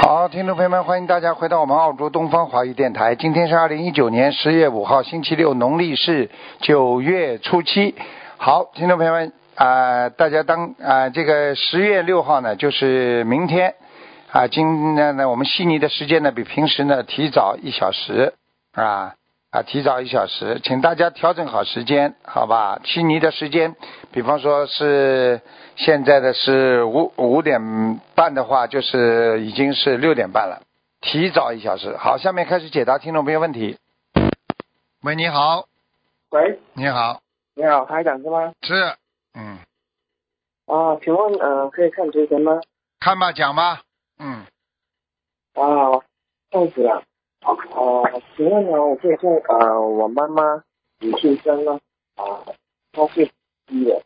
好，听众朋友们，欢迎大家回到我们澳洲东方华语电台。今天是二零一九年十月五号，星期六，农历是九月初七。好，听众朋友们，啊、大家当啊、这个十月六号呢，就是明天啊、今天呢，我们悉尼的时间呢，比平时呢提早一小时啊啊，提早一小时，请大家调整好时间，好吧？悉尼的时间，比方说是现在的是五五点半的话，就是已经是六点半了，提早一小时。好，下面开始解答听众朋友问题。喂，你好，喂，你好，你好，台长是吗？是，嗯，啊，请问呃，可以看图腾吗？看吧，讲吧，嗯，啊，这样子啊，呃，请问呢，我可以看呃，我妈妈李庆生呢？啊、她是一人，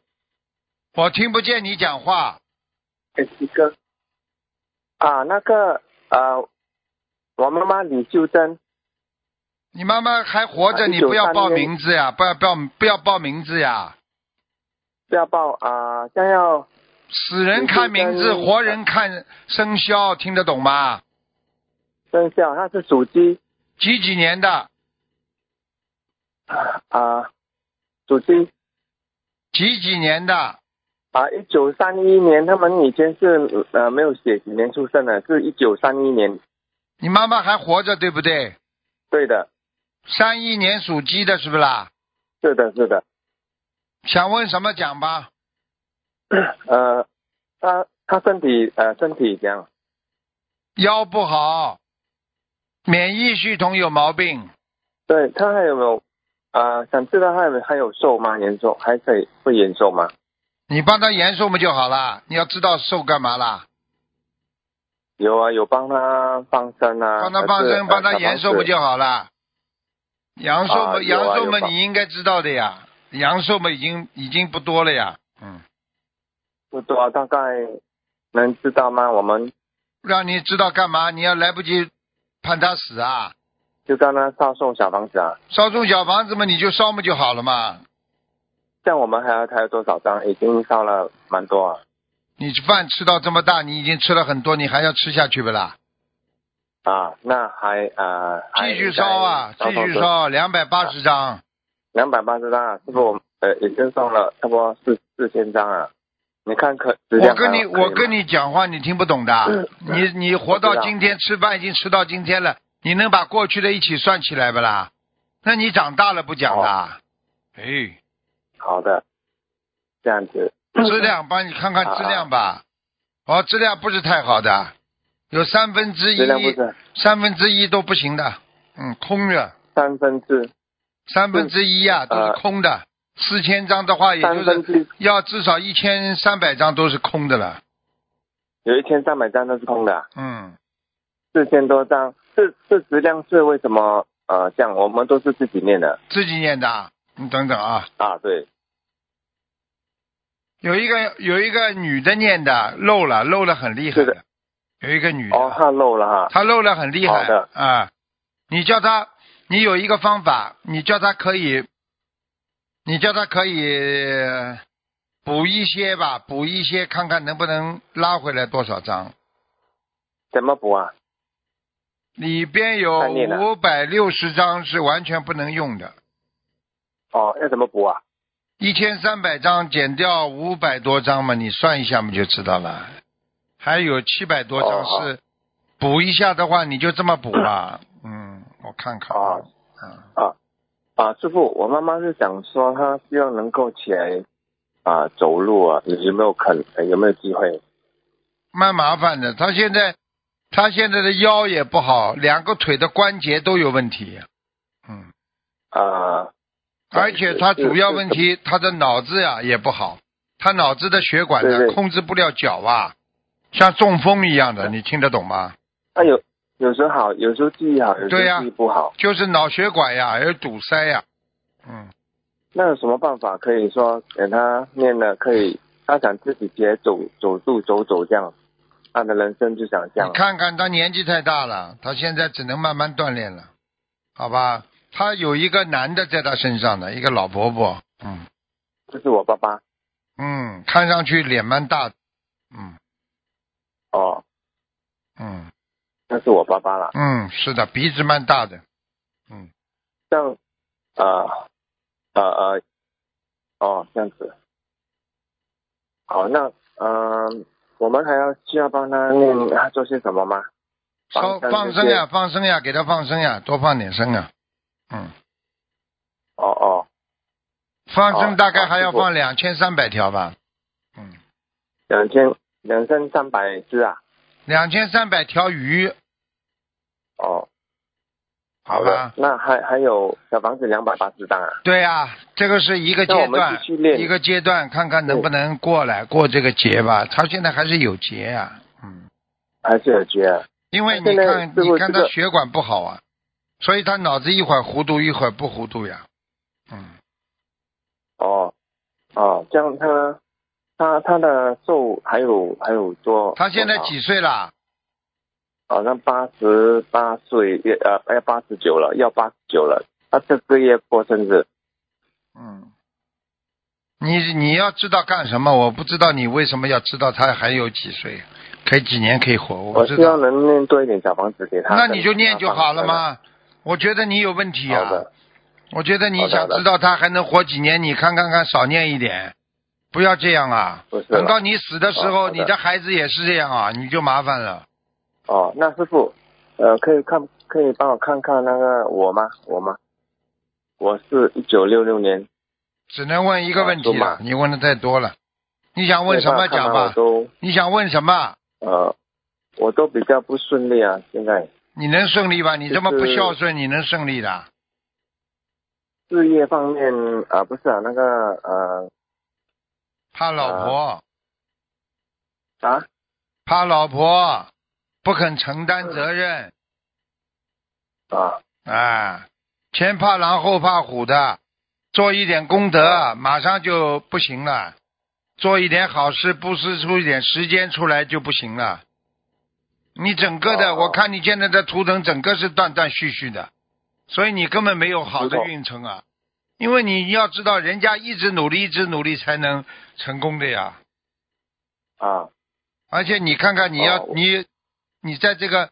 我听不见你讲话，呃，一个啊，那个呃，我妈妈李秀珍你妈妈还活着，啊你不要报1936名字呀，不要不要不要报名字呀，不要报啊，将要死人看名字， 1936活人看生肖，听得懂吗？生效，她是属鸡几几年的？啊，属鸡几几年的？啊，一九三一年，他们以前是呃没有写几年出生的，是一九三一年，你妈妈还活着对不对？对的，三一年属鸡的是不是啦？是的，是的。 想问什么讲吧？呃，他他身体呃身体这样腰不好，免疫系统有毛病，对他还有没有呃想知道他有没有还有瘦吗？严重还可以会严重吗？你帮他延寿不就好了？你要知道瘦干嘛啦？有啊，有帮他放生啊，帮他放还是生，帮他呃延寿不就好了？阳寿嘛，啊有阳啊寿嘛，有吧你应该知道的呀。阳寿嘛，已经已经不多了呀。嗯，不多、啊，大概能知道吗？我们让你知道干嘛？你要来不及判他死啊？就刚刚烧送小房子啊，烧中小房子嘛，你就烧嘛就好了嘛。像我们还要还有多少张？已经烧了蛮多啊你饭吃到这么大，你已经吃了很多，你还要吃下去不啦？啊，那还呃继续烧啊，继续烧，两百八十啊张。两百八十张啊，是不是我们呃已经送了差不多四四千张啊？你看可质我量还跟你可以吗我跟你讲话，你听不懂的嗯。你你活我知到道今天，吃饭已经吃到今天了，你能把过去的一起算起来不啦？那你长大了不讲哦的？哎，好的，这样子。质量嗯帮你看看质量啊吧。哦，质量不是太好的，有三分之质量不一，是三分之一都不行的，嗯，空的，三分之三分之一呀、嗯都是呃空的。四千张的话，也就三分是之要至少一千三百张都是空的了。有一千三百张都是空的啊、嗯，四千多张。这这质量是为什么？呃，这样我们都是自己念的自己念的啊。你等等啊，啊，对，有一个有一个女的念的漏了，漏了很厉害是的。有一个女的，哦，他漏了哈，她漏了很厉好害的啊。你叫她，你有一个方法，你叫她可以，你叫她可以补一些吧，补一些看看能不能拉回来多少张。怎么补啊？里边有看你的五百六十张是完全不能用的，哦，要怎么补啊？一千三百张减掉五百多张嘛，你算一下嘛就知道了。还有七百多张哦是补一下的话，你就这么补 吧。嗯，我看看啊哦，嗯啊，师傅，我妈妈是想说她希望能够起来啊、走路啊，有有没有肯、呃有没有机会？蛮麻烦的。他现在他现在的腰也不好，两个腿的关节都有问题。嗯，啊、而且他主要问题，他的脑子呀、也不好，他脑子的血管呢对对控制不了脚啊，像中风一样的，你听得懂吗？她有有时候好，有时候记忆好，有时对呀候记忆不好。就是脑血管呀有堵塞呀，嗯，那有什么办法可以说给他念了？可以，他想自己也走走路走走这样，他的人生就想这样你。看看他年纪太大了，他现在只能慢慢锻炼了，好吧？他有一个男的在他身上的一个老伯伯，嗯这是我爸爸嗯，看上去脸蛮大的，嗯哦，嗯，那是我爸爸了。嗯，是的，鼻子蛮大的，嗯，像呃呃呃，哦，这样子。好，那呃，我们还要需要帮他念啊做些什么吗？稍放生放这生些呀，放生呀，给他放生呀，多放点生啊，嗯，哦哦，放生哦大概好还要师傅放两千三百条吧，嗯，两千两千三百只啊。两千三百条鱼，哦，好的吧，？啊那还还有小房子两百八十张啊。对呀、这个是一个那我阶们段继，续练一个阶段，看看能不能过来过这个节吧。他现在还是有节呀、嗯，还是有绝啊。因为那你现在看，师你傅看这他个血管不好啊，所以他脑子一会儿糊涂，一会儿不糊涂呀。嗯，哦哦，这样他他他的寿还有还有多？他现在多少？几岁啦？好像八十八岁，也呃要八十九了，要八十九了。他这个月过生日，嗯，你你要知道干什么？我不知道你为什么要知道他还有几岁，可以几年可以活，我不我知希道望。能念多一点小房子给他。那你就念就好了吗？嘛。我觉得你有问题啊。好的，我觉得你好的想好的知道他还能活几年，你看看看，少念一点，不要这样啊！不是等到了。你死的时好候，好的你的孩子也是这样啊，你就麻烦了。哦，那师傅，呃，可以看，可以帮我看看那个我吗？我吗？我是一九六六年。只能问一个问题好了说吧，你问的太多了。你想问什么啊没办讲法看吧到？我你想问什么？都呃，我都比较不顺利啊，现在你能顺利吧？你这么就是不孝顺，你能顺利的？事业方面啊、不是啊，那个呃怕老婆，啊，怕老婆，不肯承嗯担责任啊，啊！前怕狼后怕虎的，做一点功德，马上就不行了；做一点好事，布施出一点时间出来就不行了。你整个的，哦我看你现在的图腾整个是断断续续的，所以你根本没有好知的道运程啊！因为你要知道，人家一直努力，一直努力才能成功的呀。啊，而且你看看，你要、哦我你你在这个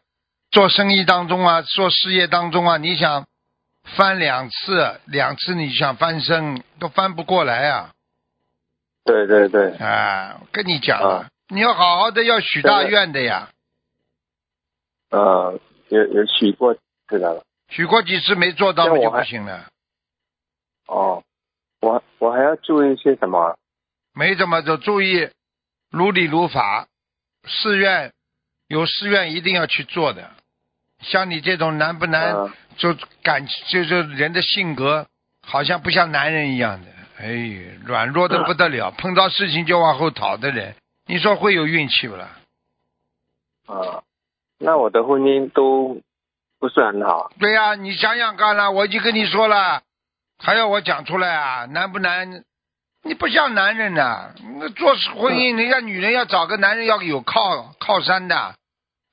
做生意当中啊，做事业当中啊，你想翻两次，两次你想翻身都翻不过来啊！对对对，啊，我跟你讲了，啊你要好好的要许大愿的呀，呃，有有许过是的了。许过几次没做到那嘛我就不还行了，哦，我我还要注意些什么啊？没怎么就注意如理如法，寺院有寺院一定要去做的。像你这种难不难？啊就感就是人的性格好像不像男人一样的，哎，软弱的不得了，碰到事情就往后逃的人，你说会有运气不啦？啊，那我的婚姻都不是很好对呀、你想想看啦，我已经跟你说了，还要我讲出来啊？难不难？你不像男人呐、那做婚姻，人家女人要找个男人要有靠靠山的，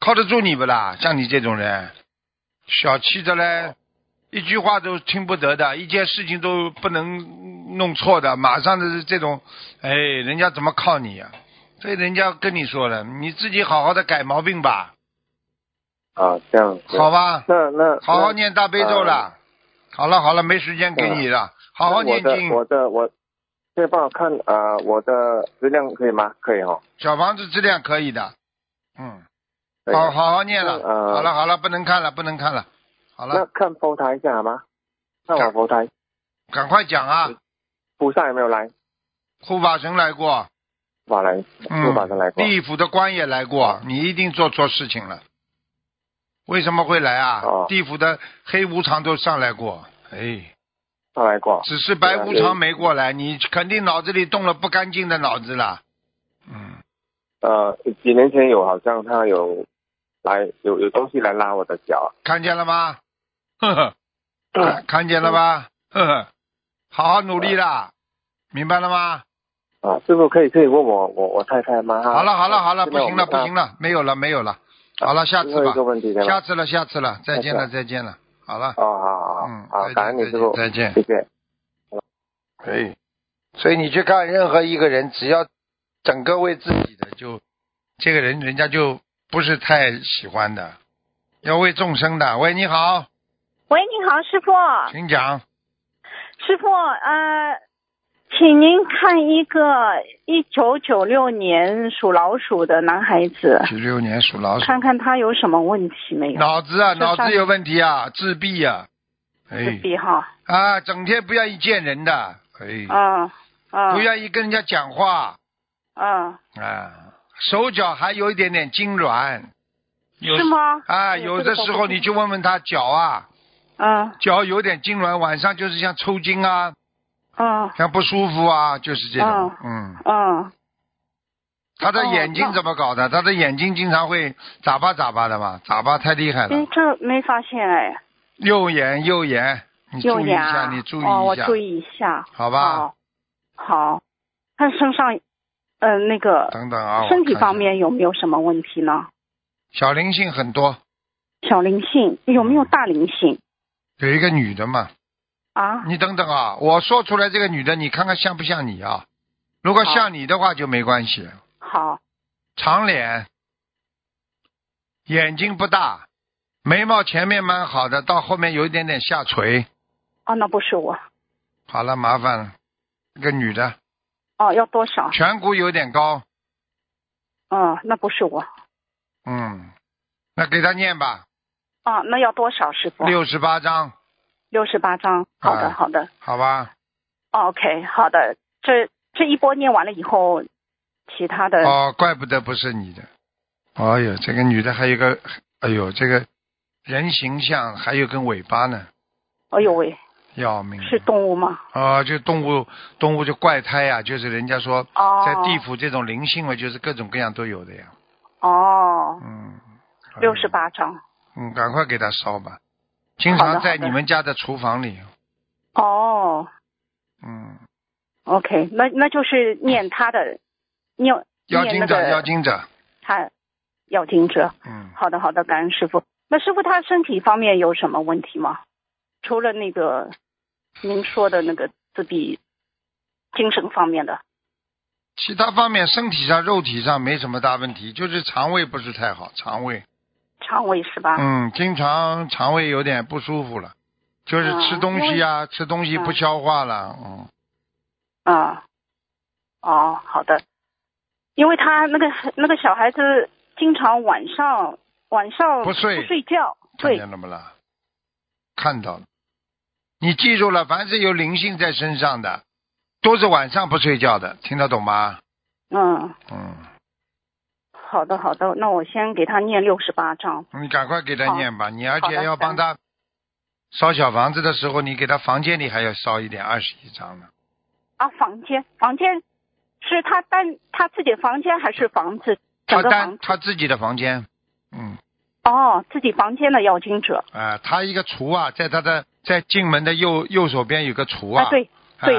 靠得住你不啦？像你这种人，小气的嘞，一句话都听不得的，一件事情都不能弄错的，马上的这种，哎，人家怎么靠你呀、所以人家跟你说了，你自己好好的改毛病吧，啊，这样子。好吧？那那好好那念大悲咒了。好了好了，没时间给你了，好好那念经。嗯我的我的我，可以帮我看啊、呃我的质量可以吗？可以哦。小房子质量可以的，嗯，可以好好好念了。那呃好了好了，不能看了不能看了，好那了，看佛台一下好吗？看看我佛台赶快讲啊！嗯菩萨有没有来？护法神来过，法来，嗯护法神来，过。嗯地府的官也来过，你一定做错事情了。为什么会来啊？哦地府的黑无常都上来过，哎，他来过。只是白对啊无对常没过来，你肯定脑子里动了不干净的脑子了。嗯。呃，几年前有好像他有来有有东西来拉我的脚看见了吗？呵呵，看看见了吧？呵呵，好好努力啦，明白了吗？啊，师傅可以可以问我我我太太吗？啊好了好了好了，不行了不行了，了，没有了没有了，好了下啊最次后吧一个，问题对下吧？次了下次了，再见了再见了，好了，哦好好好嗯，好，再见感恩你再师见傅，再见谢。谢。哎，所以你去看任何一个人，只要整个为自己的，就这个人人家就不是太喜欢的。要为众生的。喂，你好，喂，你好，师傅。请讲。师傅，呃，请您看一个一九九六年属老鼠的男孩子，九六年属老鼠，看看他有什么问题没有？脑子啊，是脑上子有问题啊，自闭啊，自哎闭哈，啊，整天不愿意见人的，哎，嗯不嗯愿意跟人家讲话嗯，啊，手脚还有一点点痉挛，有是吗？啊，有有这的个时我候不你知去问问他脚啊，嗯脚有点痉挛，晚上就是像抽筋啊，嗯像不舒服啊，就是这种哦，嗯，嗯，他的哦眼睛那怎么搞的？他的眼睛经常会眨巴眨巴的嘛，眨巴太厉害了哎，，这没发现哎，右眼右眼，你右注意一眼下，啊，你注意哦，我一下，注意一哦下，好吧？好，好，看身上，呃，那个等等啊，我身看一体下方面有没有什么问题呢？小灵性很多，小灵性有没有啊大灵性有一个女的嘛，啊？你等等啊，我说出来这个女的，你看看像不像你啊？如果好像你的话就没关系，好，长脸，眼睛不大，眉毛前面蛮好的，到后面有一点点下垂。哦，那不是我，好了，麻烦了，一个女的，哦，要多少？颧骨有点高，嗯，那不是我，嗯，那给她念吧，啊，那要多少，师傅？六十八章，六十八张。好的，啊好的、好吧？ o k 好的。这这一波念完了以后，其他的、哦，怪不得不是你的。哎呦，这个女的还有个，哎呦，这个人形象还有根尾巴呢，哎呦喂，要命！是动物吗？啊、就动物，动物就怪胎呀、就是人家说哦，在地府这种灵性嘛，就是各种各样都有的呀。哦，嗯，哎呦六十。八张。嗯，赶快给他烧吧。经好的常好在的你们家的厨房里。啊哦嗯， ，OK，那那就是念他的，念妖念精那者，妖个精者。他要经者。嗯，好的，好的，感恩师傅。那师傅他身体方面有什么问题吗？除了那个您说的那个自闭，精神方面的其他方面身体上、肉体上没什么大问题，就是肠胃不是太好，肠胃。肠胃是吧？嗯，经常肠胃有点不舒服了，就是嗯吃东西呀、吃东西不嗯消化了，嗯，啊、哦，好的。因为他那个那个小孩子经常晚上晚上不睡不睡觉，看对见了不啦？看到了，你记住了，凡是有灵性在身上的，都是晚上不睡觉的，听得懂吗？嗯，嗯，好的好的，那我先给他念六十八章。你赶快给他好念吧，你而好且的要帮他烧小房子的时候，你给他房间里还要烧一点，二十一张呢，啊，房间房间是他单他自己的房间还是房子？他整个房单他自己的房间，嗯。哦，自己房间的要经者啊，他一个厨啊，在他的在进门的右右手边有个厨啊，啊，对 对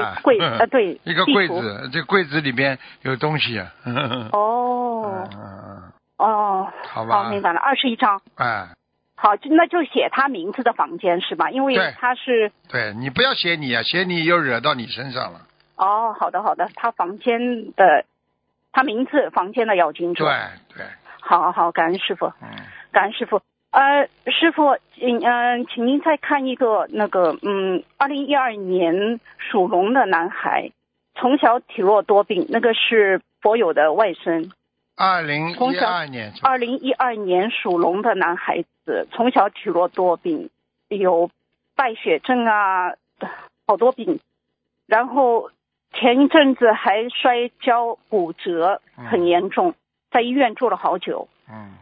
啊柜嗯啊对，一个地柜图子，这柜子里边有东西啊。嗯哦嗯嗯，哦，好吧明白了，二十一张，哎，好，就那就写他名字的房间是吧？因对为他是对你不要写你啊，写你又惹到你身上了。哦，好的好的，他房间的他名字房间的要经者，对，对，好好好，感恩师傅，嗯，感恩师傅。呃，师傅，请嗯、请您再看一个那个，嗯，二零一二年属龙的男孩，从小体弱多病，那个是佛友的外甥。二零从一小二年是吧，二零一二年属龙的男孩子，从小体弱多病，有败血症啊，好多病。然后前一阵子还摔跤骨折，很严重，在医院住了好久。嗯，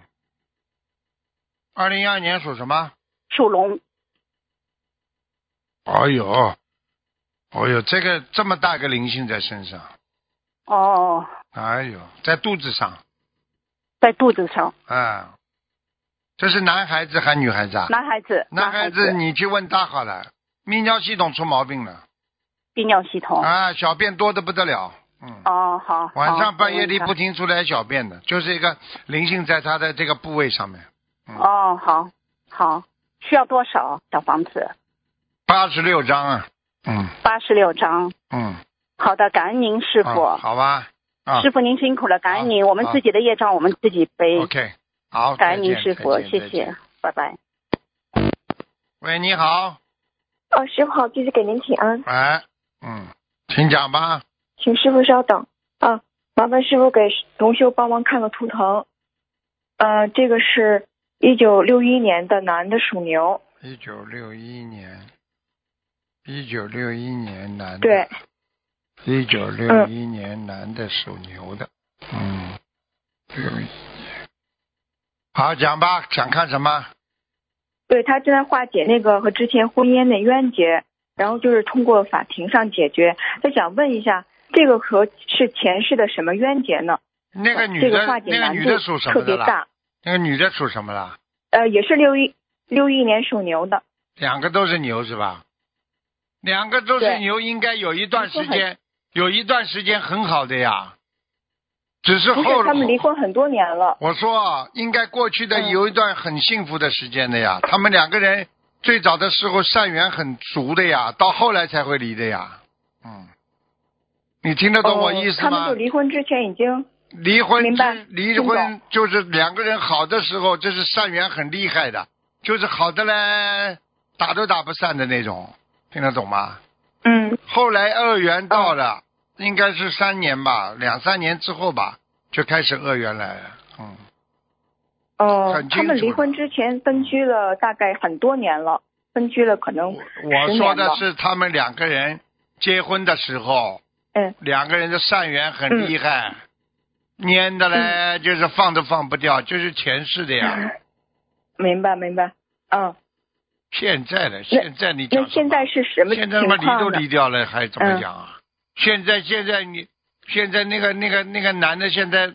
二零一二年属什么？属龙，哎呦，哎呦，这个这么大个灵性在身上，哦，哎呦，在肚子上，在肚子上。啊，这是男孩子还是女孩子啊？男孩子，男孩孩子，你去问他好了，泌尿系统出毛病了泌尿系统。啊，小便多的不得了，嗯，哦，好。晚好上半夜里。我不问停出来小便的，就是一个灵性在他的这个部位上面，他哦，好，好，需要多少小房子？八十六张啊，嗯八十六张。嗯，好的，感恩您师傅，啊好吧，啊师傅您辛苦了，感好恩您，我们好自己的业障我们自己背， ，OK，好，感恩再您见师傅，再见谢再见谢，拜拜。喂，你好，呃，师傅好，弟子给您请安，喂，嗯，请讲吧。请师傅稍等啊，麻烦师傅给同修帮忙看个图腾。呃，这个是一九六一年的男的属牛，一九六一年，一九六一年男的，对，一九六一年男的属牛的，嗯，六一年。好，讲吧，想看什么？对他正在化解那个和之前婚姻的冤结，然后就是通过法庭上解决。他想问一下，这个和是前世的什么冤结呢？那个女这的个化，解那个难女度的属什特么的别啦？大，那个女的属什么啦？呃，也是六一六一年属牛的，两个都是牛是吧？两个都是对牛，应该有一段时离婚间，有一段时间很好的呀，只是不后是他们离婚很多年了，我说，应该过去的嗯有一段很幸福的时间的呀。他们两个人最早的时候善缘很足的呀，到后来才会离的呀。嗯，你听得懂我意哦思他们吗？就离婚之前已经离婚明白之离听婚懂就是两个人好的时候，这是善缘很厉害的，就是好的嘞，打都打不散的那种，听得懂吗？嗯后来恶缘到了，应该是三年吧，两三年之后吧，就开始恶缘来了。嗯。哦很，清楚他们离婚之前分居了大概很多年了，分居了可能我我10说年的吧是他们两个人结婚的时候，嗯两个人的善缘很厉害，粘的嘞、嗯就是放都放不掉，就是前世的呀。明白明白，嗯，现在的现在你讲什那么现在是什么情现在他妈况离呢？都离掉了，还怎么嗯讲啊？现在现在你现在那个那个那个男的现在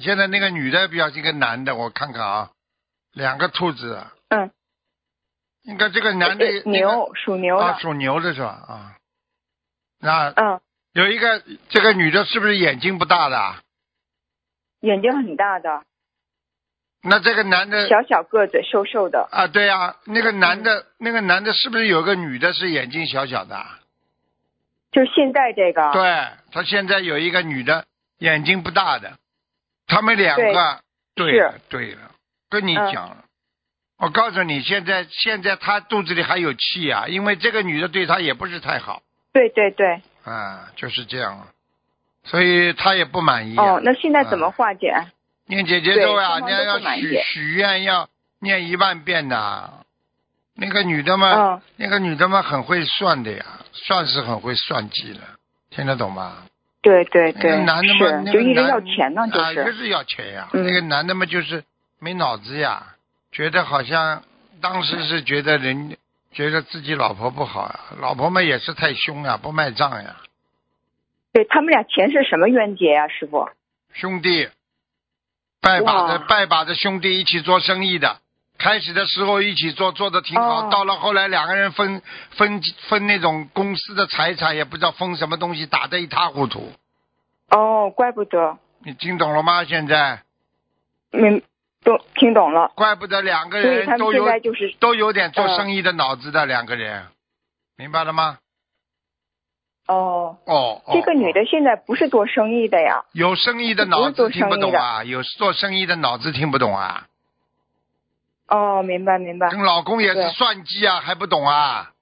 现在那个女的比较这个男的，我看看啊，两个兔子，嗯，你看这个男的呃那个牛属牛啊的，属牛的是吧？啊，那嗯，有一个这个女的，是不是眼睛不大的啊？眼睛很大的，那这个男的小小个子，瘦瘦的，啊，对啊，那个男的，那个男的是不是有个女的是眼睛小小的啊？就是现在这个，对，他现在有一个女的眼睛不大的，他们两个对对是了对了，跟你嗯讲了，我告诉你，现在现在他肚子里还有气啊，因为这个女的对他也不是太好对对对，啊，就是这样了，所以他也不满意、啊。哦，那现在怎么化解？啊念姐姐咒啊，对你要双方都要不满许意许愿要念一万遍的。那个女的嘛，嗯，那个女的嘛，很会算的呀，算是很会算计的，听得懂吗？对对那个对，男的嘛，是那就个一直男要钱呢，就，啊，就是是要钱呀。嗯那个男的嘛，就是没脑子呀，觉得好像当时是觉得人觉得自己老婆不好呀，老婆嘛也是太凶呀，不卖账呀，对他们俩钱是什么冤结呀，师傅？兄弟，拜把的哇拜把的兄弟一起做生意的，开始的时候一起做，做的挺好，哦到了后来两个人分分分那种公司的财产，也不知道分什么东西，打得一塌糊涂。哦，怪不得，你听懂了吗？现在，明懂听懂了，怪不得两个所以人他都们现有在就是都有点做嗯生意的脑子的、两个人，明白了吗？哦，哦，哦这个女的现在不是做生意的呀，有生意的脑子不是做听不生意的懂啊，有做生意的脑子听不懂啊，哦，明白明白，跟老公也是对算计啊，还不懂啊？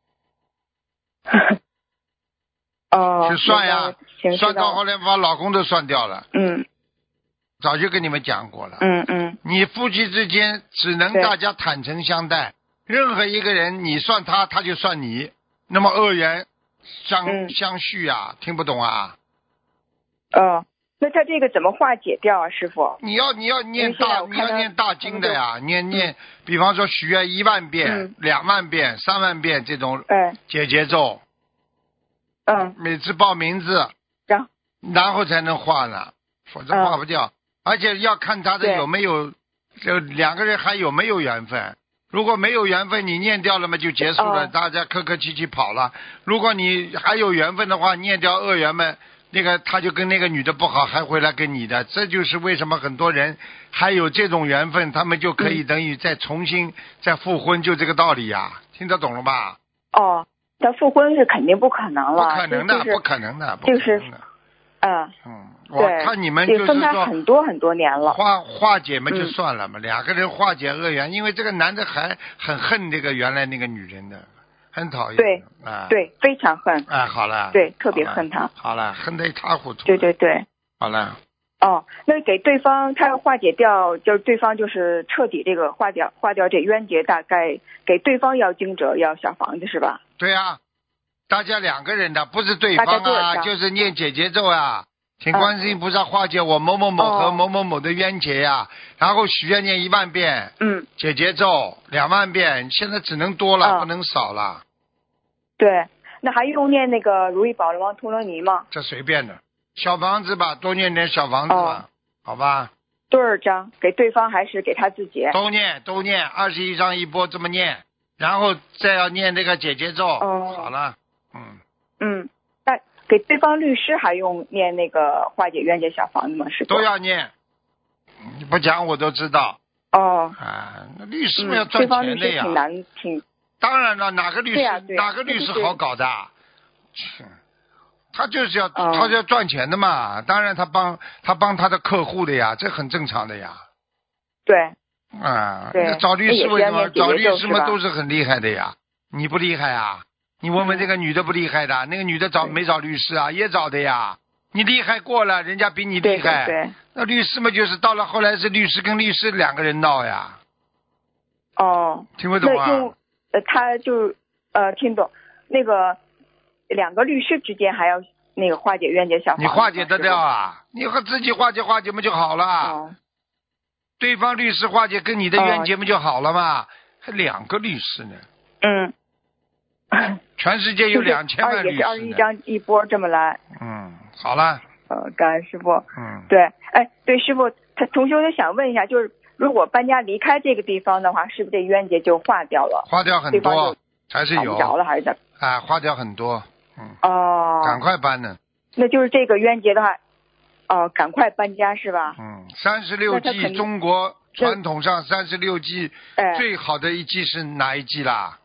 哦，去算呀明白了行，算知道到了后来把老公都算掉了，嗯早就跟你们讲过了。嗯嗯，你夫妻之间只能对大家坦诚相待，任何一个人你算他，他就算你，那么恶缘相、嗯相续啊，听不懂啊？哦，那他这个怎么化解掉啊，师傅？你要你要念现大在我你看要他念大经的呀，念念，比方说许愿一万遍嗯、两万遍、三万遍这种哎，解结咒，嗯，每次报名字，然然后才能化呢，否则嗯化不掉。而且要看他的对有没有，这两个人还有没有缘分。如果没有缘分，你念掉了嘛就结束了，哦大家客客气气跑了。如果你还有缘分的话，念掉恶缘们，那个他就跟那个女的不好，还回来跟你的。这就是为什么很多人还有这种缘分，他们就可以等于再重新再复婚，就这个道理呀、听得懂了吧？哦，他复婚是肯定不可能不了，可能的，就是不可能的，不就可是能的。嗯，嗯，我对，看你们对就是分开说很多很多年了。化化解嘛，就嗯算了嘛，两个人化解恶缘，因为这个男的还很恨这个原来那个女人的，很讨厌。对，啊，，对，非常恨。哎，好了。对特别好了恨他。好了，恨得一塌糊涂。对。对对。好了，哦，那给对方他要化解掉，就是对方就是彻底这个化掉化掉这冤结，大概给对方要经者要小房子是吧？对啊，大家两个人的，不是对大概方多啊，少就是念姐姐咒啊。请观世音菩萨化解我某某某和哦某某某的冤结呀、然后许愿念一万遍，嗯，姐姐咒两万遍，现在只能多了，啊不能少了，对。那还用念那个如意宝龙王陀罗尼吗？这随便的。小房子吧，多念点小房子哦吧，好吧，多少张？给对方还是给他自己？都念都念，二十一章一波这么念，然后再要念这个姐姐咒，哦好了，嗯，嗯，那给对方律师还用念那个化解冤结小房子吗？是不都要念，你不讲我都知道哦。啊。那律师嗯们要，对赚方钱律师的呀，挺难，挺当然了，哪个律师、对呀啊对呀哪个律师就是好搞的啊？切他就是要、哦他就要赚钱的嘛，当然他帮他帮他的客户的呀，这很正常的呀。对，啊，对那找律师为什么？那也是要找念律解决咒师嘛是吧都是很厉害的呀，你不厉害啊？你问问这个女的不厉害的，那个女的找嗯对没找律师啊？也找的呀。你厉害过了，人家比你对厉对害。对，那律师嘛，就是到了后来是律师跟律师两个人闹呀，哦，听不懂那啊用？呃，他就是呃，听懂那个两个律师之间还要那个化解冤结小房子你吗，化解得是掉吧？啊？你和自己化解化解不就好了？哦，对方律师化解跟你的冤结不就好了嘛？还两个律师呢，嗯，全世界有就是两千二万也律是二师十一呢。张一波这么来，嗯，好了，呃，感恩师傅。嗯，对，哎，对，师傅，他同学就想问一下，就是如果搬家离开这个地方的话，是不是这冤结就化掉了？花掉很对方多就还是找有不着了还是怎么？啊，花掉很多，嗯，赶哦，快搬呢，那就是这个冤结的话，哦，赶快搬家是吧？嗯，三十六那他肯计，定中国传统上三十六计哎，最好的一计是哪一计啦？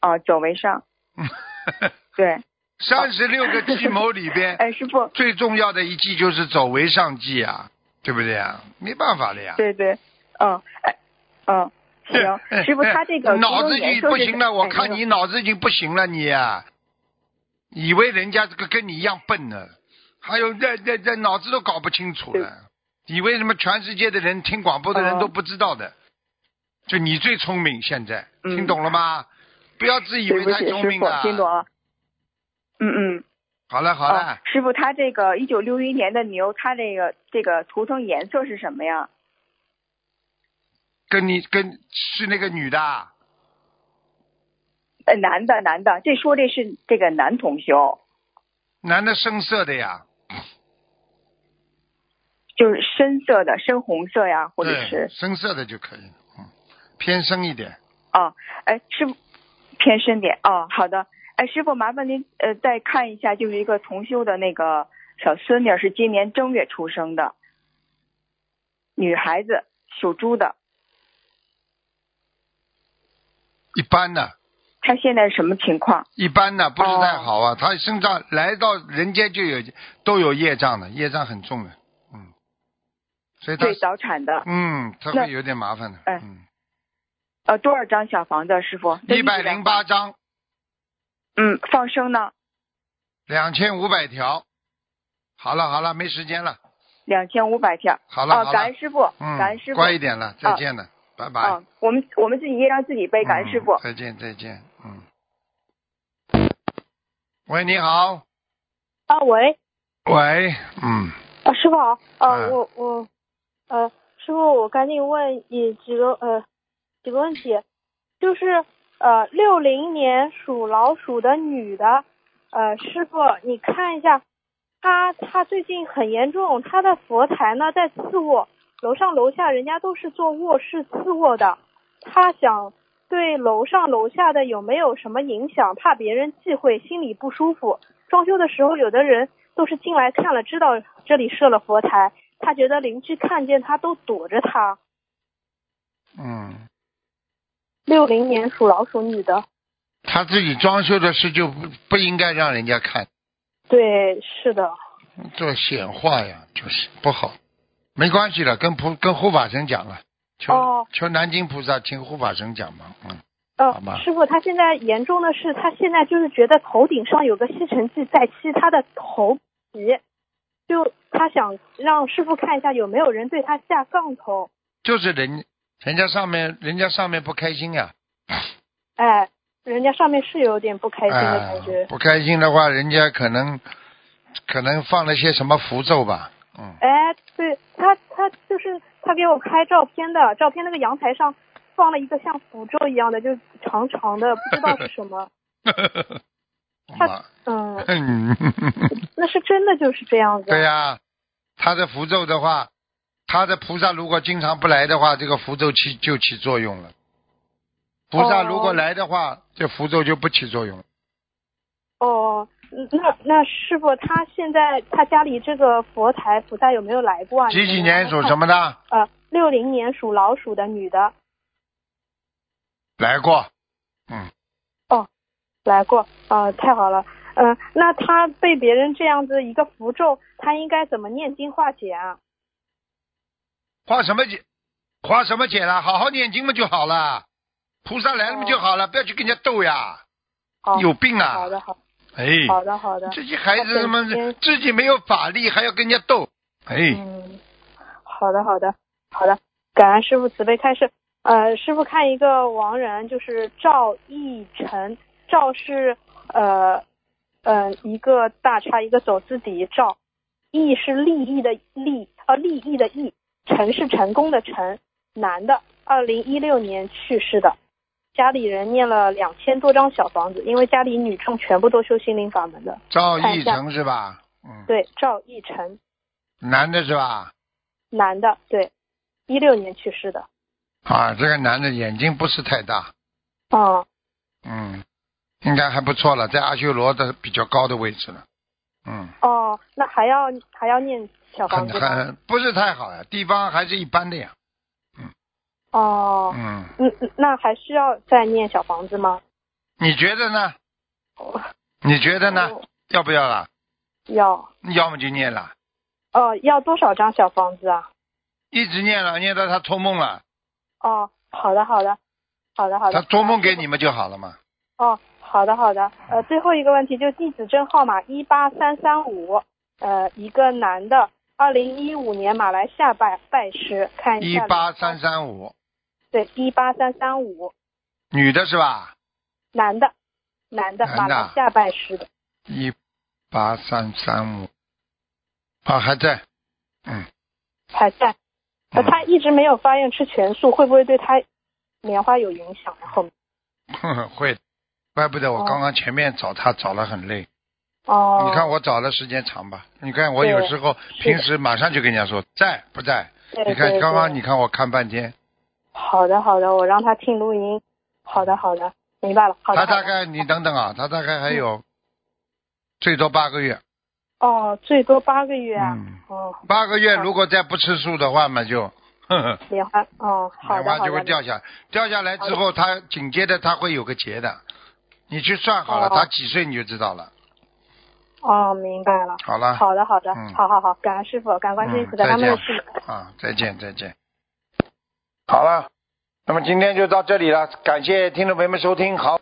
哦，走为上， 对，嗯三十六个计谋里边， 哎，师傅，最重要的一计就是走为上计啊，对不对啊？没办法的呀。对对，嗯，哎，嗯，哎行，师傅，哎他这个脑初子中已颜经色不是行了，我哎看那个你脑子已经不行了，你、啊，以为人家这个跟你一样笨呢，还有这这这脑子都搞不清楚了，以为什么全世界的人听广播的人哦都不知道的，就你最聪明，现在、嗯听懂了吗？不要自以对为不太起，聪师明傅了，。听懂了。嗯嗯，好了好了，哦，师傅，他这个一九六一年的牛，他这个这个图腾颜色是什么呀？跟你跟是那个女的啊，呃，男的，男的，这说这是这个男同哦修，男的深色的呀，就是深色的，深红色呀，或者对是深色的就可以，嗯，偏深一点。啊，哎，师傅偏深点哦，好的，哎，师傅麻烦您呃再看一下，就是一个同修的那个小孙女儿是今年正月出生的，女孩子，属猪的，一般的，她现在什么情况？一般的不是太好哦啊，他身上来到人间就有都有业障的，业障很重的，嗯，所以他对，早产的，嗯，他那会有点麻烦的，哎嗯，呃，多少张小房子，师傅？一百零八。张，嗯，放生呢？两千五百条，好了好了，没时间了，两千五百条。好了哦好感了恩，师傅，感恩嗯师，傅。哦乖一点了，再见了，拜拜，啊，我们我们自己也让自己背，感恩师傅。嗯再见再见，嗯，喂，你好，啊，喂，喂，嗯，啊，师傅好，呃，嗯我我，呃，师傅，我赶紧问你几个呃几个问题，就是呃六零年属老鼠的女的，呃，师傅你看一下，她她最近很严重，她的佛台呢在次卧，楼上楼下人家都是做卧室次卧的，她想对楼上楼下的有没有什么影响？怕别人忌讳，心里不舒服。装修的时候，有的人都是进来看了，知道这里设了佛台，他觉得邻居看见他都躲着他。嗯。六零年属老鼠女的，他自己装修的事就不不应该让人家看，对，是的，这显化呀，就是不好。没关系了，跟菩跟护法神讲了，求、哦求南京菩萨，请护法神讲嘛，嗯，呃好吧，师傅，他现在严重的是，他现在就是觉得头顶上有个吸尘器在吸他的头皮，就他想让师傅看一下有没有人对他下杠头，就是人人家上面人家上面不开心呀、哎，人家上面是有点不开心的感觉哎，不开心的话，人家可能可能放了些什么符咒吧， 嗯，哎，对他，他就是他给我拍照片的，照片那个阳台上放了一个像符咒一样的，就是长长的，不知道是什么。他妈嗯， 嗯，那是真的就是这样子。对呀、他的符咒的话，他的菩萨如果经常不来的话，这个符咒起就起作用了。菩萨如果哦来的话，这符咒就不起作用了。哦，那那师傅他现在他家里这个佛台菩萨有没有来过啊？几几年属什么？么的？呃，六零年属老鼠的女的来过，嗯，来过啊、太好了。嗯、那他被别人这样子一个符咒，他应该怎么念经化解啊？花什么解，花什么解了？好好念经嘛就好了，菩萨来了嘛就好了，不要去跟人家斗呀，好，有病啊！哦好的，好的，哎，好的，好的。这些孩子他妈他整天自己没有法力还要跟人家斗，哎，嗯，好的，好的，好的，感恩师傅慈悲开示。呃，师傅看一个亡人，就是赵义成，赵是呃呃一个大叉一个走字底，赵义是利益的利，呃利益的益，成是成功的成，男的，二零一六年去世的。家里人念了两千多张小房子，因为家里女众全部都修心灵法门的。赵看义一下成是吧？嗯，对，赵义成，男的是吧？男的，对，一六年去世的。啊，这个男的眼睛不是太大，哦嗯，应该还不错了，在阿修罗的比较高的位置了，嗯，哦，那还要还要念小房很子吗？很不是太好呀，地方还是一般的呀，哦，嗯，嗯，嗯那还需要再念小房子吗？你觉得呢？哦你觉得呢？哦要不要啦？要要么就念了，哦，要多少张小房子啊？一直念了，念到他托梦了，哦，好的好的，好的好的。他托梦给你们就好了嘛。哦，好的好的。呃，最后一个问题就地址证号码一八三三五，呃，一个男的，二零一五年马来西亚拜拜师，看一一下。八三。三五，对，一八三三五，女的是吧？男的，男的，男马的啊来西亚拜师的。一八三三五，啊，还在，嗯， 还在。呃，嗯他一直没有发愿吃全素，会不会对他莲花有影响呢？后面呵呵会的，怪不得我哦刚刚前面找他找了很累。哦，你看我找的时间长吧？你看我对有时候的平时马上就跟人家说在不在？对你看对刚刚对你看我看半天，好的好的，我让他听录音。好的好的，明白了。好的嗯嗯他好大概的。你等等啊，他大概还有最多八个月。哦，最多八个月啊。嗯哦，八个月好如果再不吃素的话嘛，就，呵呵，莲花，哦，好莲的花好就会的。掉下来，掉下来之后，它紧接着它会有个结的，你去算好了，哦它几岁你就知道了。哦，明白了。好了，好的好的，嗯好好好，感恩师傅，感恩观世音嗯菩萨，再他们的见事。啊，再见再见。好了。那么今天就到这里了，感谢听众朋友们收听，好。